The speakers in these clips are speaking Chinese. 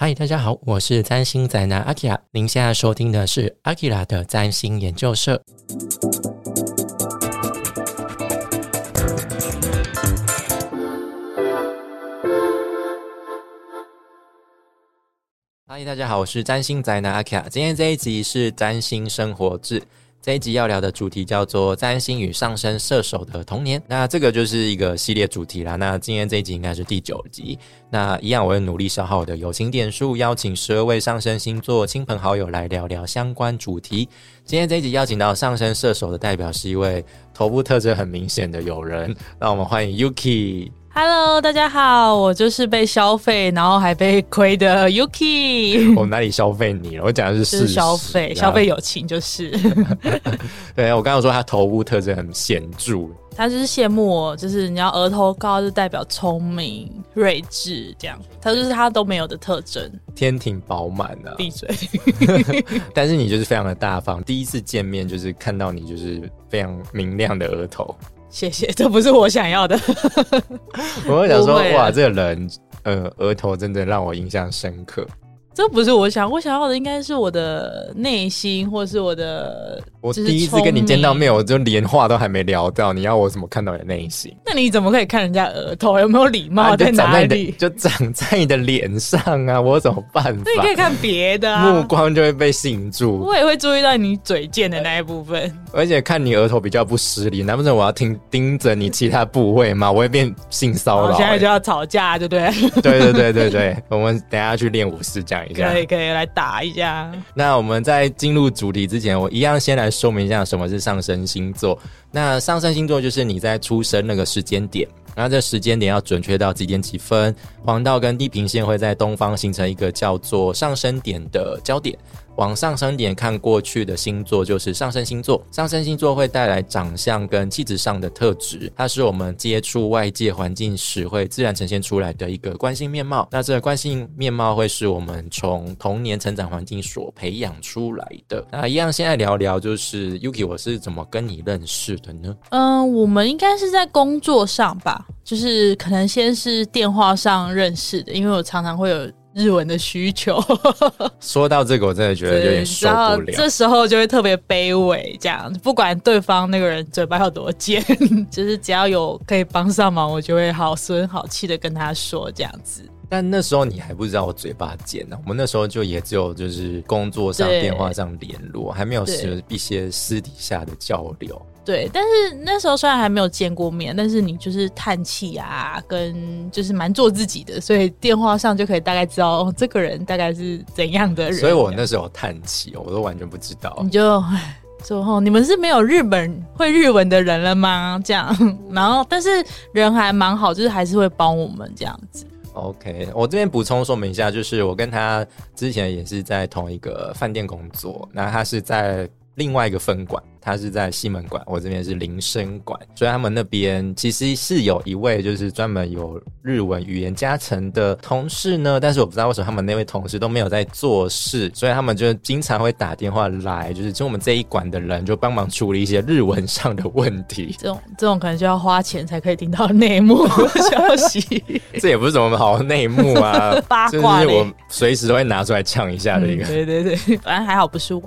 嗨，大家好，我是占星宅男阿 Kira，您现在收听的是阿 Kira 的占星研究社。嗨，大家好，我是占星宅男阿 Kira，今天这一集是占星生活志。这一集要聊的主题叫做“占星与上升射手的童年”，那这个就是一个系列主题啦。那今天这一集应该是第九集。那一样，我会努力消耗我的友情点数，邀请十二位上升星座亲朋好友来聊聊相关主题。今天这一集邀请到上升射手的代表是一位头部特征很明显的友人，让我们欢迎 Yuki。 Hello，大家好，我就是被消费，然后还被亏 的 Yuki，我哪里消费你了？我讲的是就事是实消费，啊消费友情就是， 对啊我刚刚说他头部特征很显著，他就是羡慕我，就是你要额头高就代表聪明、睿智这样，他就是他都没有的特征。天庭饱满啊。闭嘴， 但是你就是非常的大方，第一次见面就是看到你就是非常明亮的额头，谢谢，这不是我想要的。 我会想说不会啊哇，这个人呃额头真的让我印象深刻。这不是我想，我想要的应该是我的内心，或是我的。我就是第一次跟你见到面，聪我就连话都还没聊到，你要我怎么看到你的内心？那你怎么可以看人家额头？有没有礼啊貌就在长哪在你里的？ 就长在你的脸上啊，我有什么办那你可以法？看别的啊。 目光就会被吸引住，我也会注意到你嘴贱的那一部分。而且看你额头比较不失礼，难不成我要盯盯着你其他部位吗？我会变性骚好，扰、现在就欸。要吵架，对 不对？对对对对对，我们等一下去练武士讲一下。 可以，可以来打一架。那我们在进入主题之前，我一样先来说明一下什么是上升星座。那上升星座就是你在出生那个时间点，然后这时间点要准确到几点几分。黄道跟地平线会在东方形成一个叫做上升点的交点。往上升点看过去的星座就是上升星座，上升星座会带来长相跟气质上的特质，它是我们接触外界环境时会自然呈现出来的一个惯性面貌。那这个惯性面貌会是我们从童年成长环境所培养出来的。那一样，现在聊聊就是 Yuki，我是怎么跟你认识的呢？嗯，我们应该是在工作上吧，就是可能先是电话上认识的，因为我常常会有日文的需求，说到这个，我真的觉得有点受 然后不了。这时候就会特别卑微，这样不管对方那个人嘴巴有多贱， 就是只要有可以帮上忙，我就会好声好气的跟他说这样子。但那时候你还不知道我嘴巴尖呢、啊我们那时候就也只有就是工作上、对电话上联络，还没有对是一些私底下的交流。对，但是那时候虽然还没有见过面，但是你就是叹气啊，跟就是蛮做自己的，所以电话上就可以大概知道哦，这个人大概是怎样的人。啊所以我那时候叹气，我都完全不知道你。就唉说哦，你们是没有日本会日文的人了吗？这样，然后但是人还蛮好，就是还是会帮我们这样子。 OK，我这边补充说明一下，就是我跟他之前也是在同一个饭店工作，那他是在另外一个分馆，他是在西门馆，我这边是林深馆，所以他们那边其实是有一位就是专门有日文语言加成的同事呢，但是我不知道为什么他们那位同事都没有在做事，所以他们就经常会打电话来，就是请我们这一馆的人就帮忙处理一些日文上的问 题。这种这种可能就要花钱才可以听到内幕消息。，这也不是什么好内幕啊八就是卦嘞我随时都会拿出来呛一下的一嗯个。对对对，反正还好不是我。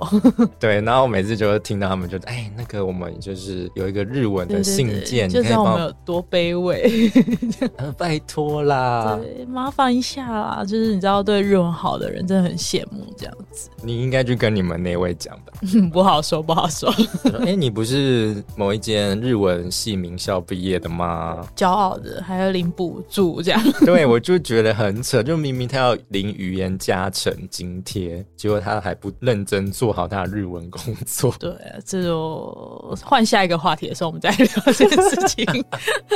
对，然后我每次就会听到他们就哎，那个我们就是有一个日文对的对信对，件，就你可知以道我帮们有多卑微。呃拜托啦，对，麻烦一下啦，就是你知道，对日文好的人真的很羡慕，这样 子你应该去跟你们那位讲 吧。不好说，不好说，就说哎，你不是某一间日文系名校毕业的 吗？ 骄傲的还要领补助这样，对，我就觉得很扯，就明明他要领语言加成津贴，结果他还不认真做好他的日文工作。对，啊这就换下一个话题的时候，我们再聊这件事情。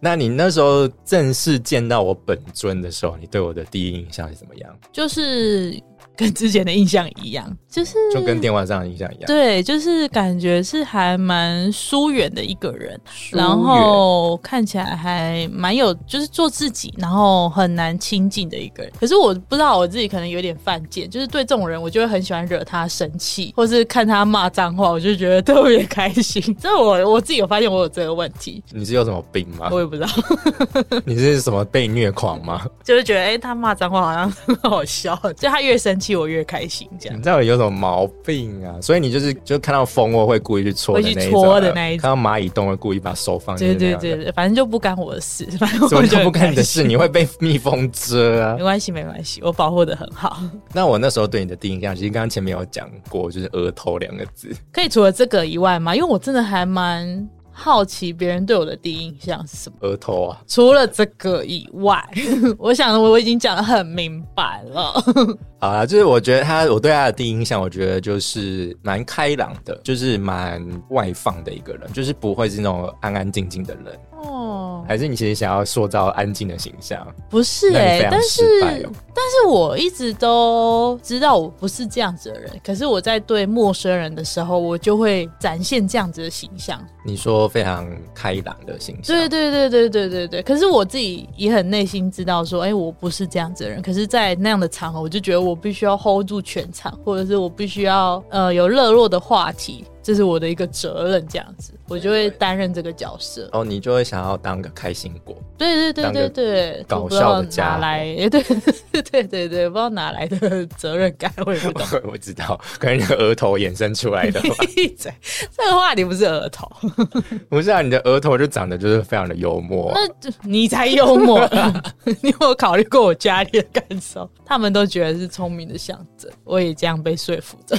那你那时候正式见到我本尊的时候，你对我的第一印象是怎么样？就是跟之前的印象一样，就是就跟电话上的印象一样。嗯对，就是感觉是还蛮疏远的一个人，疏远然后看起来还蛮有，就是做自己，然后很难亲近的一个人。可是我不知道我自己可能有点犯贱，就是对这种人，我就会很喜欢惹他生气，或是看他骂脏话，我就就觉得特别开心。 这我我自己有发现我有这个问 题，你是有什么病吗？我也不知道，你是什么被虐狂吗？就是觉得哎、诶他骂脏话好像很好笑，就他越生气我越开心，这样你到底有什么毛病啊？所以你就是就看到蜂窝会故意去戳的会那去一种，啊戳的那一种看到蚂蚁洞会故意把手放进对去那对样的。对，对反正就不干我的事，反正怎我么就就不干你的很事？开心你会被蜜蜂蛰啊 没！关系没关系，我保护的很好。那我那时候对你的第一印象，其实刚刚前面有讲过，就是“额头”两个字。可以除了这个以外吗？因为我真的还蛮好奇别人对我的第一印象是什么。额头啊，除了这个以外， 我想我已经讲的很明白 了。好啦，就是我觉得他，我对他的第一印象，我觉得就是蛮开朗的，就是蛮外放的一个人，就是不会是那种安安静静的人。哦，还是你其实想要塑造安静的形象？不是那你哎、非常但失是败哦但是我一直都知道我不是这样子的人，可是我在对陌生人的时候，我就会展现这样子的形象。你说非常开朗的形象，对对对对对对对。可是我自己也很内心知道说，哎、我不是这样子的人。可是，在那样的场合，我就觉得我必须要 hold 住全场，或者是我必须要呃有热络的话题，这是我的一个责任。这样子，我就会担任这个角色。哦，你就会想要当个开心果。 对对当对个对对，搞我不知道笑的家哪伙来？哎对对对对对，不知道哪来的责任感，我也不懂。我知道，可能你的额头衍生出 来的吧，闭嘴，这个话题不是额头，不是啊？你的额头就长得就是非常的幽默啊、那就你才幽默。 你有没有考虑过我家里的感受？他们都觉得是聪明的象征，我也这样被说服的。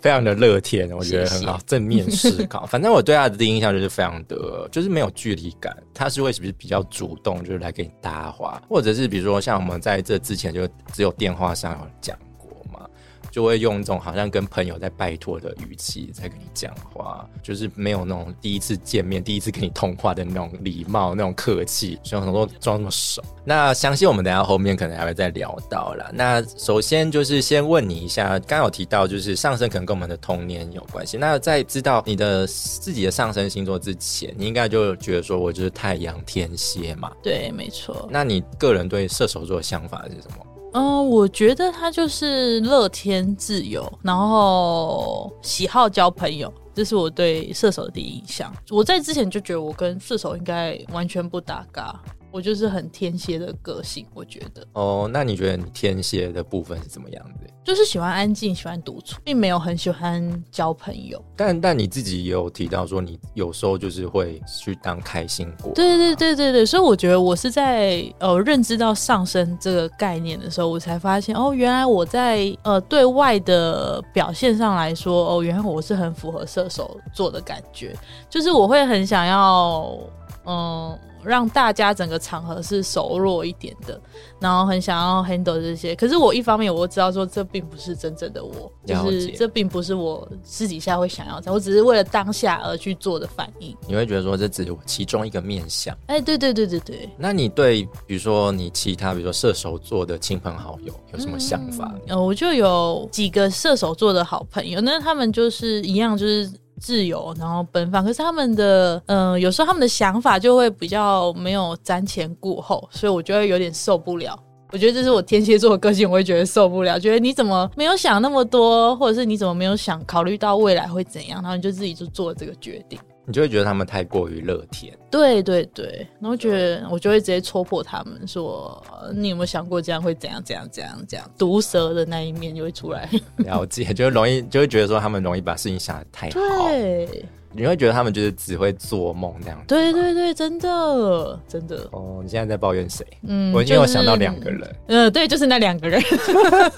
非常的乐天，我觉得谢很谢好，正面思 考。反正我对他的第一印象就是非常的，就是没有距离感。他是会是不是比较主动，就是来给你搭话，或者是比如说像我们在这之前就只有电话上有讲过嘛，就会用一种好像跟朋友在拜托的语气在跟你讲话，就是没有那种第一次见面、第一次跟你通话的那种礼貌、那种客气，所以很多装那么熟。那相信我们等一下后面可能还会再聊到啦。那首先就是先问你一下，刚刚有提到就是上升可能跟我们的童年有关系。那在知道你的自己的上升星座之前，你应该就觉得说我就是太阳天蝎嘛。 对，没错。那你个人对射手座的想法是什么？嗯、我觉得他就是乐天自由，然后喜好交朋友。这是我对射手的第一印象。我在之前就觉得我跟射手应该完全不搭嘎，我就是很天蝎的个性。我觉得哦，那你觉得你天蝎的部分是怎么样子？就是喜欢安静，喜欢独处，并没有很喜欢交朋友。但但你自己也有提到说，你有时候就是会去当开心果。对对对对对，所以我觉得我是在呃认知到上升这个概念的时候，我才发现哦，原来我在呃对外的表现上来说，哦，原来我是很符合射手座的感觉，就是我会很想要嗯。让大家整个场合是熟络一点的，然后很想要 handle 这些。可是我一方面我又知道说这并不是真正的我，就了是解这并不是我私底下会想要这样，我只是为了当下而去做的反应。你会觉得说这只是我其中一个面相。哎，对对对对对，那你对比如说你其他比如说射手座的亲朋好友有什么想法？呃，我就有几个射手座的好朋友，那他们就是一样，就是自由，然后奔放。可是他们的，呃，有时候他们的想法就会比较没有瞻前顾后，所以我就会有点受不了。我觉得这是我天蝎座的个性，我会觉得受不了，觉得你怎么没有想那么多，或者是你怎么没有想考虑到未来会怎样，然后你就自己就做了这个决定。你就会觉得他们太过于乐天。对对对，然后觉得我就会直接戳破他们说，呃你有没有想过这样会怎样怎样怎样怎样？毒舌的那一面就会出来。了解，就容易就会觉得说他们容易把事情想得太好，对你会觉得他们就是只会做梦这样子。对对对，真的真的，哦，你现在在抱怨谁？嗯，我已经就有是想到两个人，，呃，对，就是那两个人，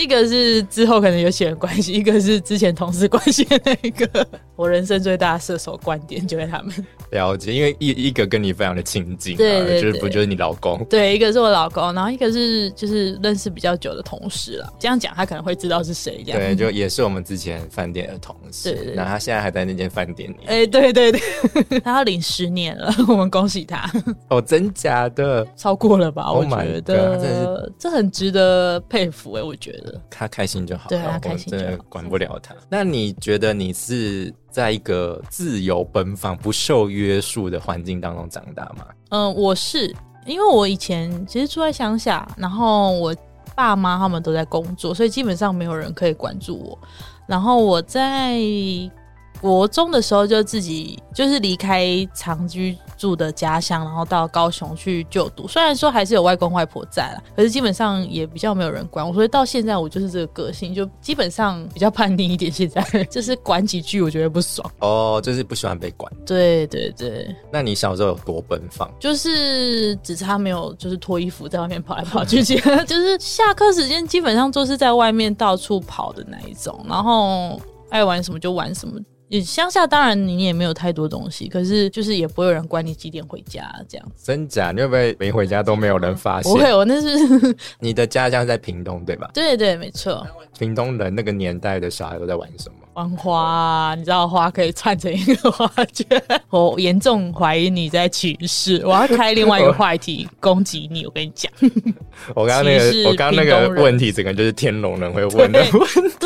一个是之后可能有血缘关系，一个是之前同事关系的那一个。我人生最大的射手观点就在他们，了解，因为一一个跟你非常的亲近、啊，对对就是不对就是你老公？对，一个是我老公，然后一个是就是认识比较久的同事了。这样讲他可能会知道是谁，这样。对，就也是我们之前饭店的同事，对对对那他现在还在那间饭店里。哎、对对对， 他要领十年了，我们恭喜他，哦，真假的？超过了吧 Oh 我 my 觉 God，真的得这很值得佩服哎、我觉得。他开心就好了，对他开心我就好真的管不了他。那你觉得你是在一个自由奔放、不受约束的环境当中长大吗？嗯，我是因为我以前其实住在乡下，然后我爸妈他们都在工作，所以基本上没有人可以管住我。然后我在国中的时候就自己就是离开常居住的家乡，然后到高雄去就读。虽然说还是有外公外婆在啦，可是基本上也比较没有人管我，所以到现在我就是这个个性，就基本上比较叛逆一点。现在 就是管几句我觉得不爽。哦，就是不喜欢被管。对对对，那你小时候有多奔放？就是只差没有就是脱衣服在外面跑来跑去， 就是下课时间基本上都是在外面到处跑的那一种，然后爱玩什么就玩什么。也乡下当然你也没有太多东西，可是就是也不会有人管你几点回家这样。真假？你会不会没回家都没有人发不会，现？我那是 你的家乡在屏东对吧？对对没错，屏东人那个年代的小孩都在玩什么？玩花啊，你知道花 可以串成一个花圈。我严重怀疑你在歧视，我要开另外 一个话题攻击你。我跟你讲，我刚刚那歧个，视我刚刚那屏个东人问题，整个就是天龙人会问的对啊问题。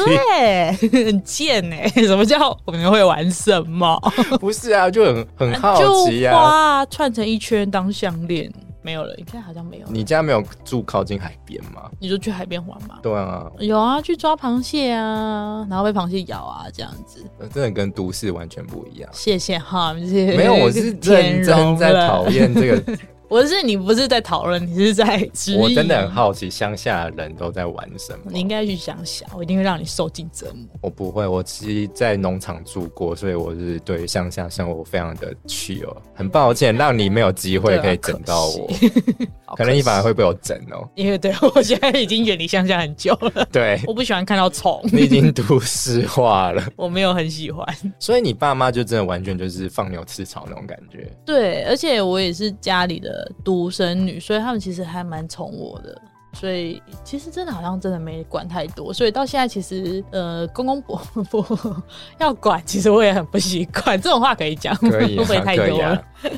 对， 很贱哎、什么叫我们会玩什么？不是啊，就很很好奇就花啊。啊串成一圈当项链，没有了，应该好像没有。你家没有住靠近海边吗？你就去海边玩嘛。对啊，有啊，去抓螃蟹啊，然后被螃蟹咬啊，这样子。真的跟都市完全不 一样。谢谢哈，谢谢。没有，我 是认真在讨。厌这个。我是你不是在讨论，你是在质疑。我真的很好奇，乡下的人都在玩什么你。应该去想想，我一定会让你受尽折磨。我不会，我其实在农场住过，所以我是对于乡下生活非常的去哦。很抱歉，让你没有机会对啊可以整到我可， 可能你反而会被我整 哦。因为对我现在已经远离乡下很久了，对我不喜欢看到虫，你已经都市化了， 我没有很喜欢。所以你爸妈就真的完全就是放牛吃草那种感 觉。对，而且我也是家里的独生女，所以他们其实还蛮宠我的。所以其实真的好像真的没管太多，所以到现在其实呃公公婆婆 要管，其实我也很不习惯。这种话可以讲，可以、 会不会啊，太可以多了？啊。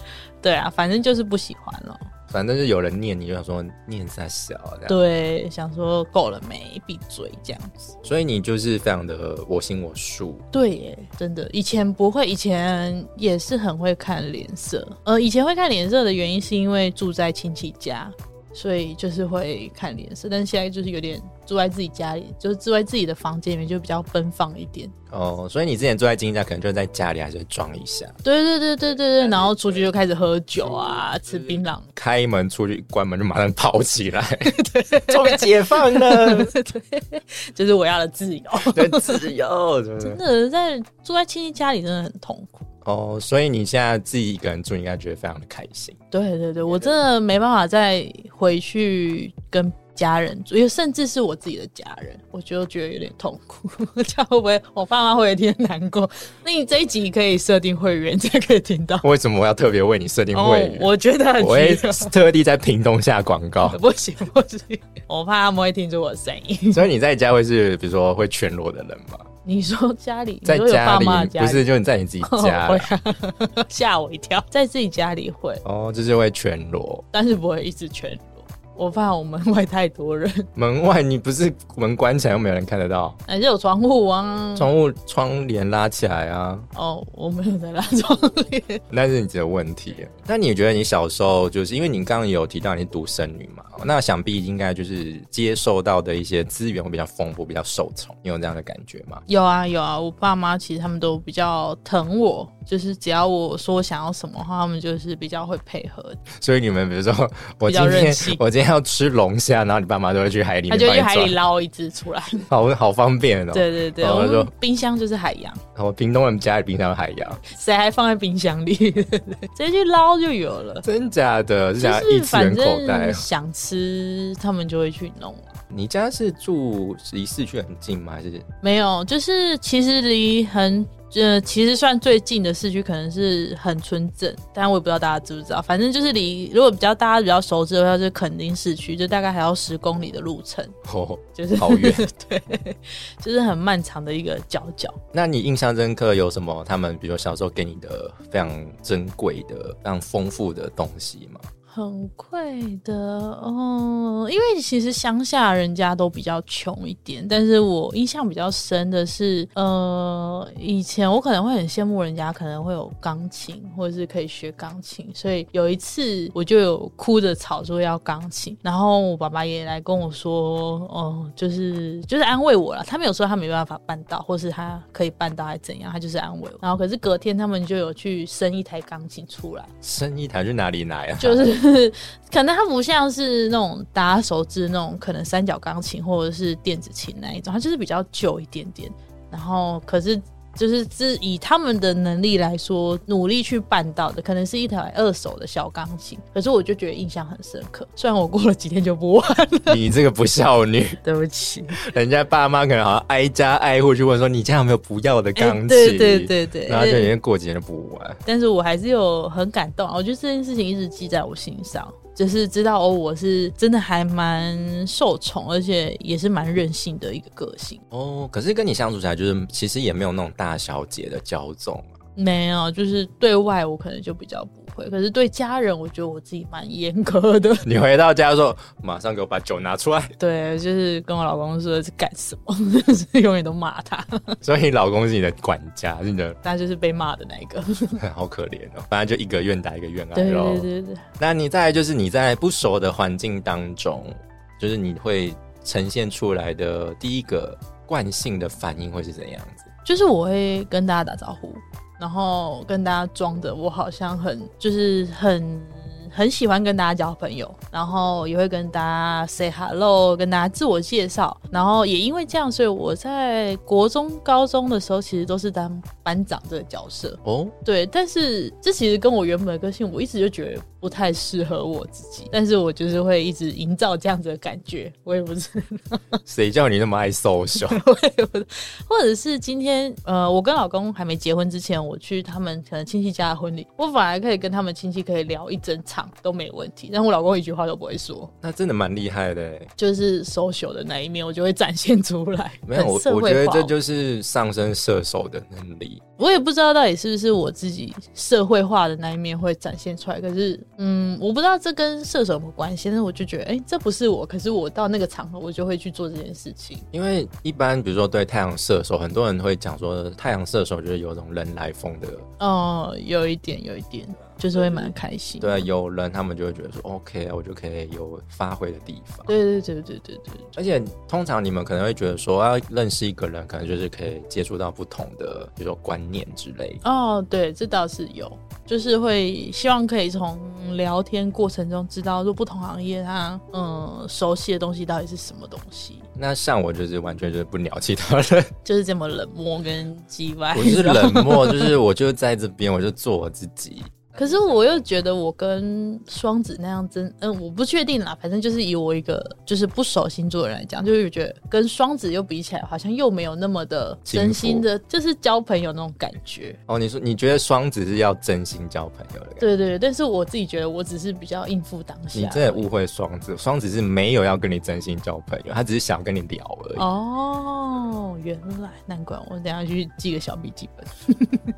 对啊，反正就是不喜欢了。反正就有人念，你就想说念在小这样。对，想说够了没，闭嘴这样子。所以你就是非常的我行我素。对耶，真的，以前不会，以前也是很会看脸色。呃，以前会看脸色的原因是因为住在亲戚家，所以就是会看脸色。但是现在就是有点住在自己家里，就是住在自己的房间里面，就比较奔放一点。哦，所以你之前住在金家，可能就在家里还是装一下，对对对对对对，然后出去就开始喝酒啊，吃槟榔。开门出去，关门就马上跑起 来，终于解放了，对，就是我要的自由。对，自由，对不对真？的在住在亲戚家里真的很痛苦。哦，所以你现在自己一个人住，你应该觉得非常的开心。对对对，我真的没办法再回去跟家人住，因为甚至是我自己的家人，我就觉得有点痛苦。 这样会不会我爸妈会有点难过？那你这一集可以设定会员，这样可以听到。哦为什么我要特别为你设定会员？我觉得很我会需要。，特地在屏东下广告不行不行， 我怕他们会听出我的声音。所以你在家会是比如说会全裸的人吗？你说家里，在你说有家爸里妈的家不里哦是，就你在你自己 家啦会吓我一跳，在自己家里会，哦，就是会全裸。但是不会一直全裸。我怕我门外太多人，门外你不是门关起来又没有人看得到，还是有窗户啊。窗户窗帘拉起来啊，哦，我没有在拉窗帘。那是你的问题。那你觉得你小时候就是因为你刚刚有提到你是独生女嘛，那想必应该就是接受到的一些资源会比较丰富，比较受宠，你有这样的感觉吗？有啊有啊，我爸妈其实他们都比较疼我，就是只要我说我想要什么的话，他们就是比较会配合，所以你们比如 说我比今较天任性我今天要吃龙虾，然后你爸妈都会去海里他面就帮去你海里抓，捞一只 出来。好好方便哦。对对对，哦他我说们冰箱就是海洋，然后屏东人家里冰箱有海洋，谁还放在冰箱里？ 直接去捞就有了。真假的？是就讲异是次反元口袋正？想吃，他们就会去弄。你家是住离市区很近吗？还是 没有，就是其实离很呃，其实算最近的市区可能是恒春镇，但我也不知道大家知不知道。反正就是离如果比较大家比较熟知的话，就是垦丁市区，就大概还要十公里的路程，哦？就是好远。 对，就是很漫长的一个角角。那你印象深刻有什么？他们比如小时候给你的非常珍贵的、非常丰富的东西吗？很贵的哦，因为其实乡下人家都比较穷一点，但是我印象比较深的是，呃，以前我可能会很羡慕人家可能会有钢琴，或者是可以学钢琴，所以有一次我就有哭着吵说要钢琴，然后我爸爸也来跟我说，哦，就是就是安慰我了，他没有说他没办法办到，或是他可以办到还是怎样，他就是安慰我。然后可是隔天他们就有去生一台钢琴出来。生意台去哪里来啊？就是 可能它不像是那种大家熟知那种可能三角钢琴或者是电子琴那一种，它就是比较旧一点点。然后可是就是是以他们的能力来说，努力去办到的，可能是一台二手的小钢琴。可是我就觉得印象很深刻，虽然我过了哎几天就不玩， 你这个不孝女，对不起。人家爸妈可能好像挨家挨户去问说你家有没有不要的钢琴，哎对对哎对对，然后就连过节都不玩。但是我还是有很感动啊，我觉得这件事情一直记在我心上，就是知道哦，我是真的还蛮受宠，而且也是蛮任性的一个个性。哦，可是跟你相处起来，就是其实也没有那种大小姐的骄纵啊。没有，就是对外我可能就比较不会，可是对家人，我觉得我自己蛮严格的。 你回到家的时候，马上给我把酒拿出来。 对，就是跟我老公说是干什么， 就是永远都骂他，所以你老公是你的管家，是你的， 他就是被骂的那一个。好可怜哦。反正就一个愿打一个愿挨对喽对。对对，那你再来就是你在不熟的环境当中，就是你会呈现出来的第一个惯性的反应会是怎样子？就是我会跟大家打招呼，然后跟大家装的我好像很就是很很喜欢跟大家交朋友，然后也会跟大家 say hello，跟大家自我介绍，然后也因为这样，所以我在国中、高中的时候其实都是当班长这个角色。哦，对，但是这其实跟我原本的个性，我一直就觉得不太适合我自己，但是我就是会一直营造这样子的感觉，我也不知谁叫你那么爱 social？或者是今天，呃，我跟老公还没结婚之前，我去他们可能亲戚家的婚礼，我反而可以跟他们亲戚可以聊一整场都没问题，但我老公一句话都不会说，那真的蛮厉害的欸。就是 social 的那一面，我就会展现出来。 没有，我很社我会觉得化这就是上升射手的能力。我也不知道到底是不是我自己社会化的那一面会展现出来，可是，嗯，我不知道这跟射手有什么关系，但是我就觉得，哎、这不是我，可是我到那个场合，我就会去做这件事情。因为一般比如说对太阳射手，很多人会讲说太阳射手就是有种人来疯的，哦、有一点，有一点，就是会蛮开心。对，啊有人他们就会觉得说 OK，我就可以有发挥的地方。对，对，对，对，对，对。而且通常你们可能会觉得说，要认识一个人，可能就是可以接触到不同的，比如说观念之类的。哦，对，这倒是有，就是会希望可以从聊天过程中知道，说不同行业他嗯熟悉的东西到底是什么东西，那像我就是完全就是不鸟其他 人，就是这么冷漠跟叽歪。我就是冷漠，就是我就在这边，我就做我自己。 可是我又觉得我跟双子那样真，嗯，我不确定啦，反正就是以我一个就是不熟星座的人来讲，就是觉得跟双子又比起来，好像又没有那么的轻浮真心的，就是交朋友那种感觉。哦，你说你觉得双子是要真心交朋友的感觉？对啊对对，但是我自己觉得我只是比较应付当下而已。你真的误会双子，双子是没有要跟你真心交朋友，他只是想跟你聊而已。哦，原来难怪我等一下去记个小笔记本，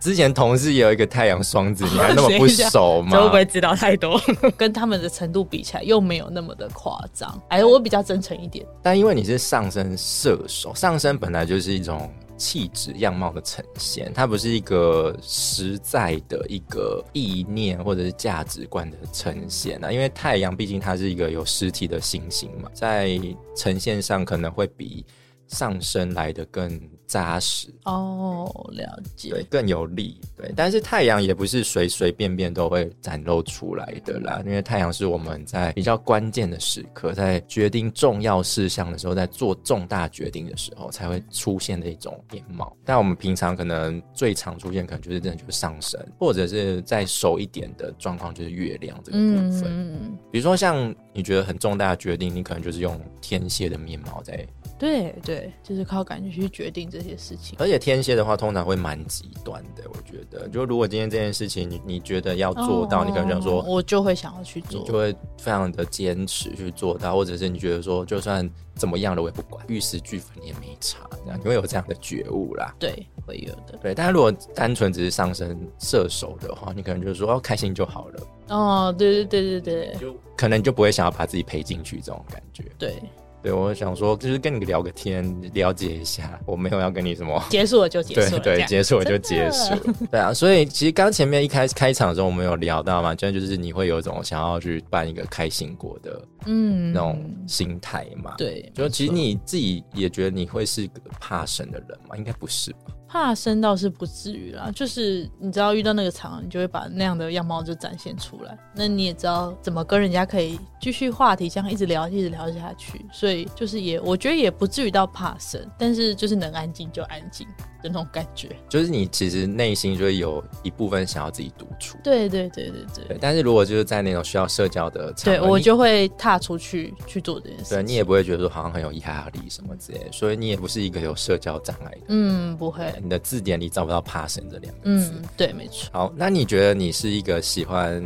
之前同事也有一个太阳双子，你还那么哦谁不呀熟吗？知道太多？ 跟他们的程度比起来，又没有那么的夸张。哎，我比较真诚一点。但因为你是上升射手，上升本来就是一种气质样貌的呈现，它不是一个实在的一个意念或者是价值观的呈现啊。因为太阳毕竟它是一个有实体的行星嘛，在呈现上可能会比上升来的更扎实。哦，了对解。，更有力。对，但是太阳也不是随随便便都会展露出来的啦，因为太阳是我们在比较关键的时刻，在决定重要事项的时候，在做重大决定的时候才会出现的一种面貌。但我们平常可能最常出现，可能就是真的就是上升，或者是再熟一点的状况，就是月亮这个部嗯分。嗯，嗯比如说像你觉得很重大的决定，你可能就是用天蝎的面貌在对对，就是靠感觉去决定这些事情。而且天蝎的话，通常会蛮极端的，我觉得。就如果今天这件事情你你觉得要做到，哦你可能想说，我就会想要去你做就。会非常的坚持去做到，或者是你觉得说，就算怎么样了我也不管，玉石俱焚也没差，这样你会有这样的觉悟啦。对，会有的。对，但是如果单纯只是上升射手的话，你可能就是说哦开心就好了，哦，对对对对对就可能就不会想要把自己赔进去这种感觉。对，对我想说，就是跟你聊个天，了解一下，我没有要跟你什么结束了就结对束了，这对，样结束我就真结的束。 对啊，所以其实刚前面一开开场的时候，我们有聊到嘛，真的就是你会有一种想要去办一个开心果的嗯，那种心态嘛。，对，就其实你自己也觉得你会是个怕生的人嘛？应该不是吧？怕生倒是不至于啦，就是你知道遇到那个场，你就会把那样的样貌就展现出来。那你也知道怎么跟人家可以继续话题这样一直聊，一直聊下去。所以就是也，我觉得也不至于到怕生，但是就是能安静就安静的那种感觉。就是你其实内心就会有一部分想要自己独处。对对对对对对，，但是如果就是在那种需要社交的场合，对我你就会踏出去去做这件事对情。你也不会觉得说好像很有压力什么之类的，所以你也不是一个有社交障碍的。嗯不会，你的字典里找不到“怕生”这两个字。嗯对，没错。好，那你觉得你是一个喜欢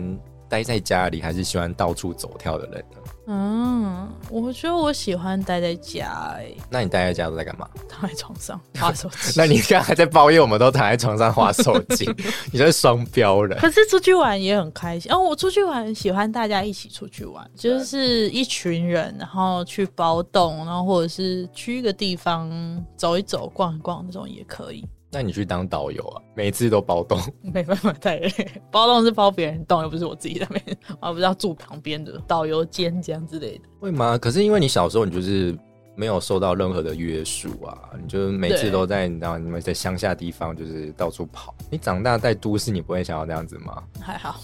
待在家里，还是喜欢到处走跳的人呢？嗯，我觉得我喜欢待在家、欸，那你待在家都在干嘛？。躺在床上划手机那你刚才还在抱怨我们都躺在床上划手 机，你这是双标人。可是出去玩也很开心，哦，我出去玩喜欢大家一起出去玩，就是一群人，然后去包栋，然后或者是去一个地方走一走、逛一逛那种也可以。那你去当导游啊，每次都暴动。没办法，太累。 包栋是包别人栋，又不是我自己在那边，我不知道住旁边的导游间这样之类的。会吗？可是因为你小时候你就是没有受到任何的约束啊，你就是每次对都在你知道你们在乡下地方就是到处跑。你长大在都市，你不会想要这样子 吗？还好，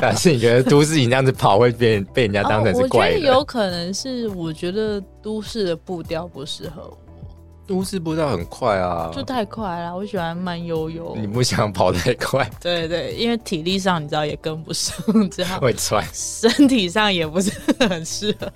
但是你觉得都市你这样子跑会被被人家当成是哦我觉怪得人？有可能是我觉得都市的步调不适合我，都市步调很快啊，就太快了。我喜欢慢悠悠。你不想跑太快对对，因为体力上你知道也跟不上，这样会喘。 身体上也不是很适合，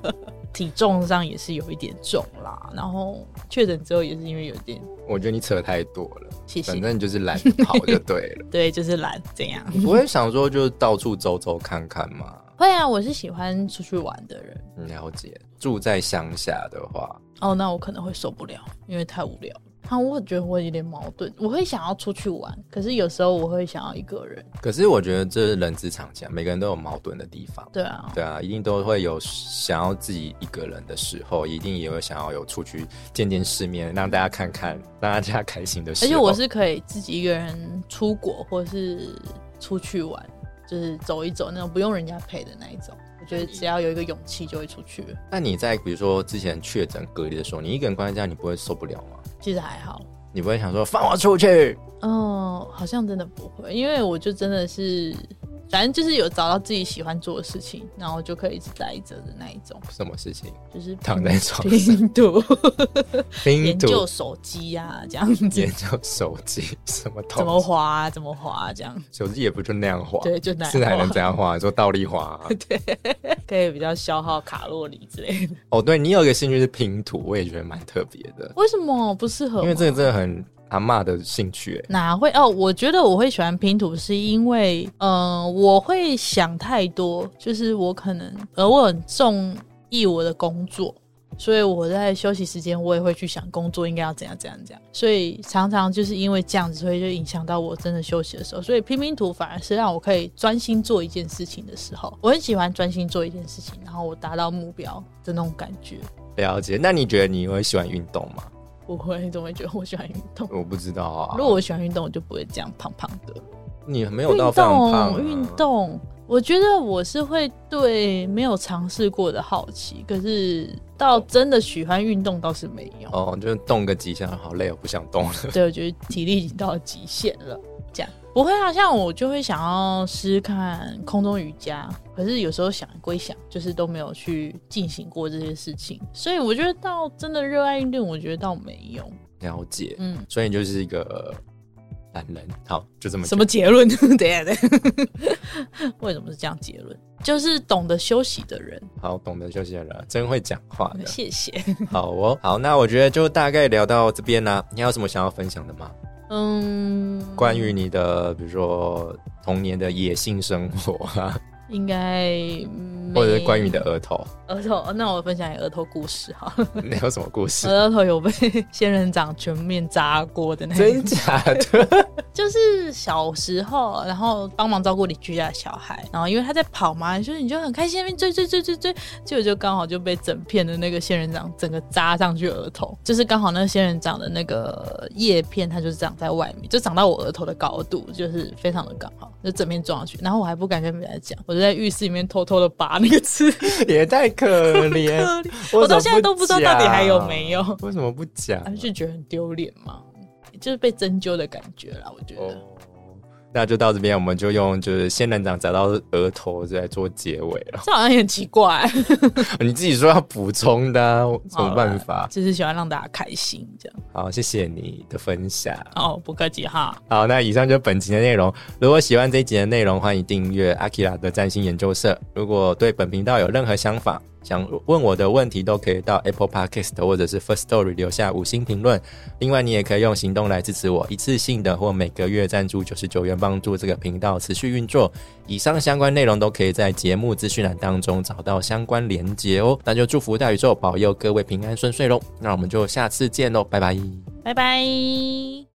体重上也是有一点重啦。然后确诊之后也是因为有点我觉得你扯太多了，谢谢反，正你就是懒得跑就对 了。对，就是 懒这样。你不会想说就是到处走走看看吗？会啊，我是喜欢出去玩的人。嗯了解，住在乡下的话，哦，那我可能会受不了，因为太无聊了。啊，我觉得我有点矛盾，我会想要出去玩，可是有时候我会想要一个人。可是我觉得这是人之常情啊，每个人都有矛盾的地方。对啊，对啊，一定都会有想要自己一个人的时候，一定也有想要有出去见见世面，让大家看看，让大家开心的时而候。且我是可以自己一个人出国或是出去玩，就是走一走那种不用人家陪的那一种。我觉得只要有一个勇气就会出去了。那你在比如说之前确诊隔离的时候，你一个人关在家，你不会受不了吗？其实还好，你不会想说放我出去？哦，好像真的不会，因为我就真的是，反正就是有找到自己喜欢做的事情，然后就可以一直待着的那一种，什么事情？就是躺在床上 拼 读、冰研毒究手机啊，这样子研究手机什么怎么头？滑、啊、怎么滑、啊、这样，手机也不就那样滑，对，就那是还能样怎样滑？说倒立滑啊、滑可以比较消耗卡路里之类的。哦，对你有一个兴趣是拼图，我也觉得蛮特别的，为什么不适合？因为这个真的很阿嬷的兴趣、欸。哪会哦？我觉得我会喜欢拼图，是因为嗯、呃我会想太多，就是我可能呃，我很中意我的工作，所以我在休息时间我也会去想工作应该要怎样怎样怎样，所以常常就是因为这样子，所以就影响到我真的休息的时候，所以拼拼图反而是让我可以专心做一件事情的时候，我很喜欢专心做一件事情，然后我达到目标的那种感觉。了解，那你觉得你会喜欢运动吗？我会，你怎么会觉得我喜欢运动？我不知道啊。如果我喜欢运动，我就不会这样胖胖的。你没有运到动非常胖、啊，运动，我觉得我是会对没有尝试过的好奇，可是到真的喜欢运动倒是没 有。哦，就是动个几下，好累，我不想动了。 对，我觉得体力已经到了极限了。这样不会啊，像我就会想要试试看空中瑜伽，可是有时候想归想，就是都没有去进行过这些事情，所以我觉得到真的热爱运动，我觉得倒没有。了解，嗯，所以你就是一个懒人。好，就这么什么结 论？等一下，等一下，为什么是这样结论？就是懂得休息的人，好，懂得休息的人真会讲话的。谢谢。好哦，好，那我觉得就大概聊到这边啦、你还有什么想要分享的吗？嗯，关于你的，比如说童年的野性生活啊，应该，嗯或者是没关于你的额 头，额头，哦那我分享一个额头故事哈。你有什么故事我？额头有被 仙人掌全面扎过的那一真假的？ 就是小时候，然后帮忙照顾邻居家的小孩，然后因为他在跑嘛，就是你就很开心，那边追追追追追，结果就刚好就被整片的那个仙人掌整个扎上去额头，就是刚好那个仙人掌的那个叶片，它就是长在外面，就长到我额头的高度，就是非常的刚好，就整片撞上去。然后我还不敢跟别人讲，我就在浴室里面偷偷的拔那个刺，也太可怜， 我为什到么现在都不知道到底还有讲没有，为什么不讲啊？就觉得很丢脸嘛，就是被针灸的感觉啦，我觉得。哦，那就到这边，我们就用就是仙人掌砸到额头来做结尾了。 这好像也很奇怪、你自己说要补充的、啊，我怎么办法？就是喜欢让大家开心这样。好，谢谢你的分享。哦，不客气哈，好，那以上就是本集的内容。如果喜欢这一集的内容，欢迎订阅阿 k i r a 的占星研究社。如果对本频道有任何想法，想问我的问题，都可以到 Apple Podcast 或者是 First Story 留下五星评论。另外，你也可以用行动来支持我，一次性的或每个月赞助九十九元，帮助这个频道持续运作。以上相关内容都可以在节目资讯栏当中找到相关连结哦。那就祝福大宇宙保佑各位平安顺遂喽。那我们就下次见喽，拜拜。拜拜。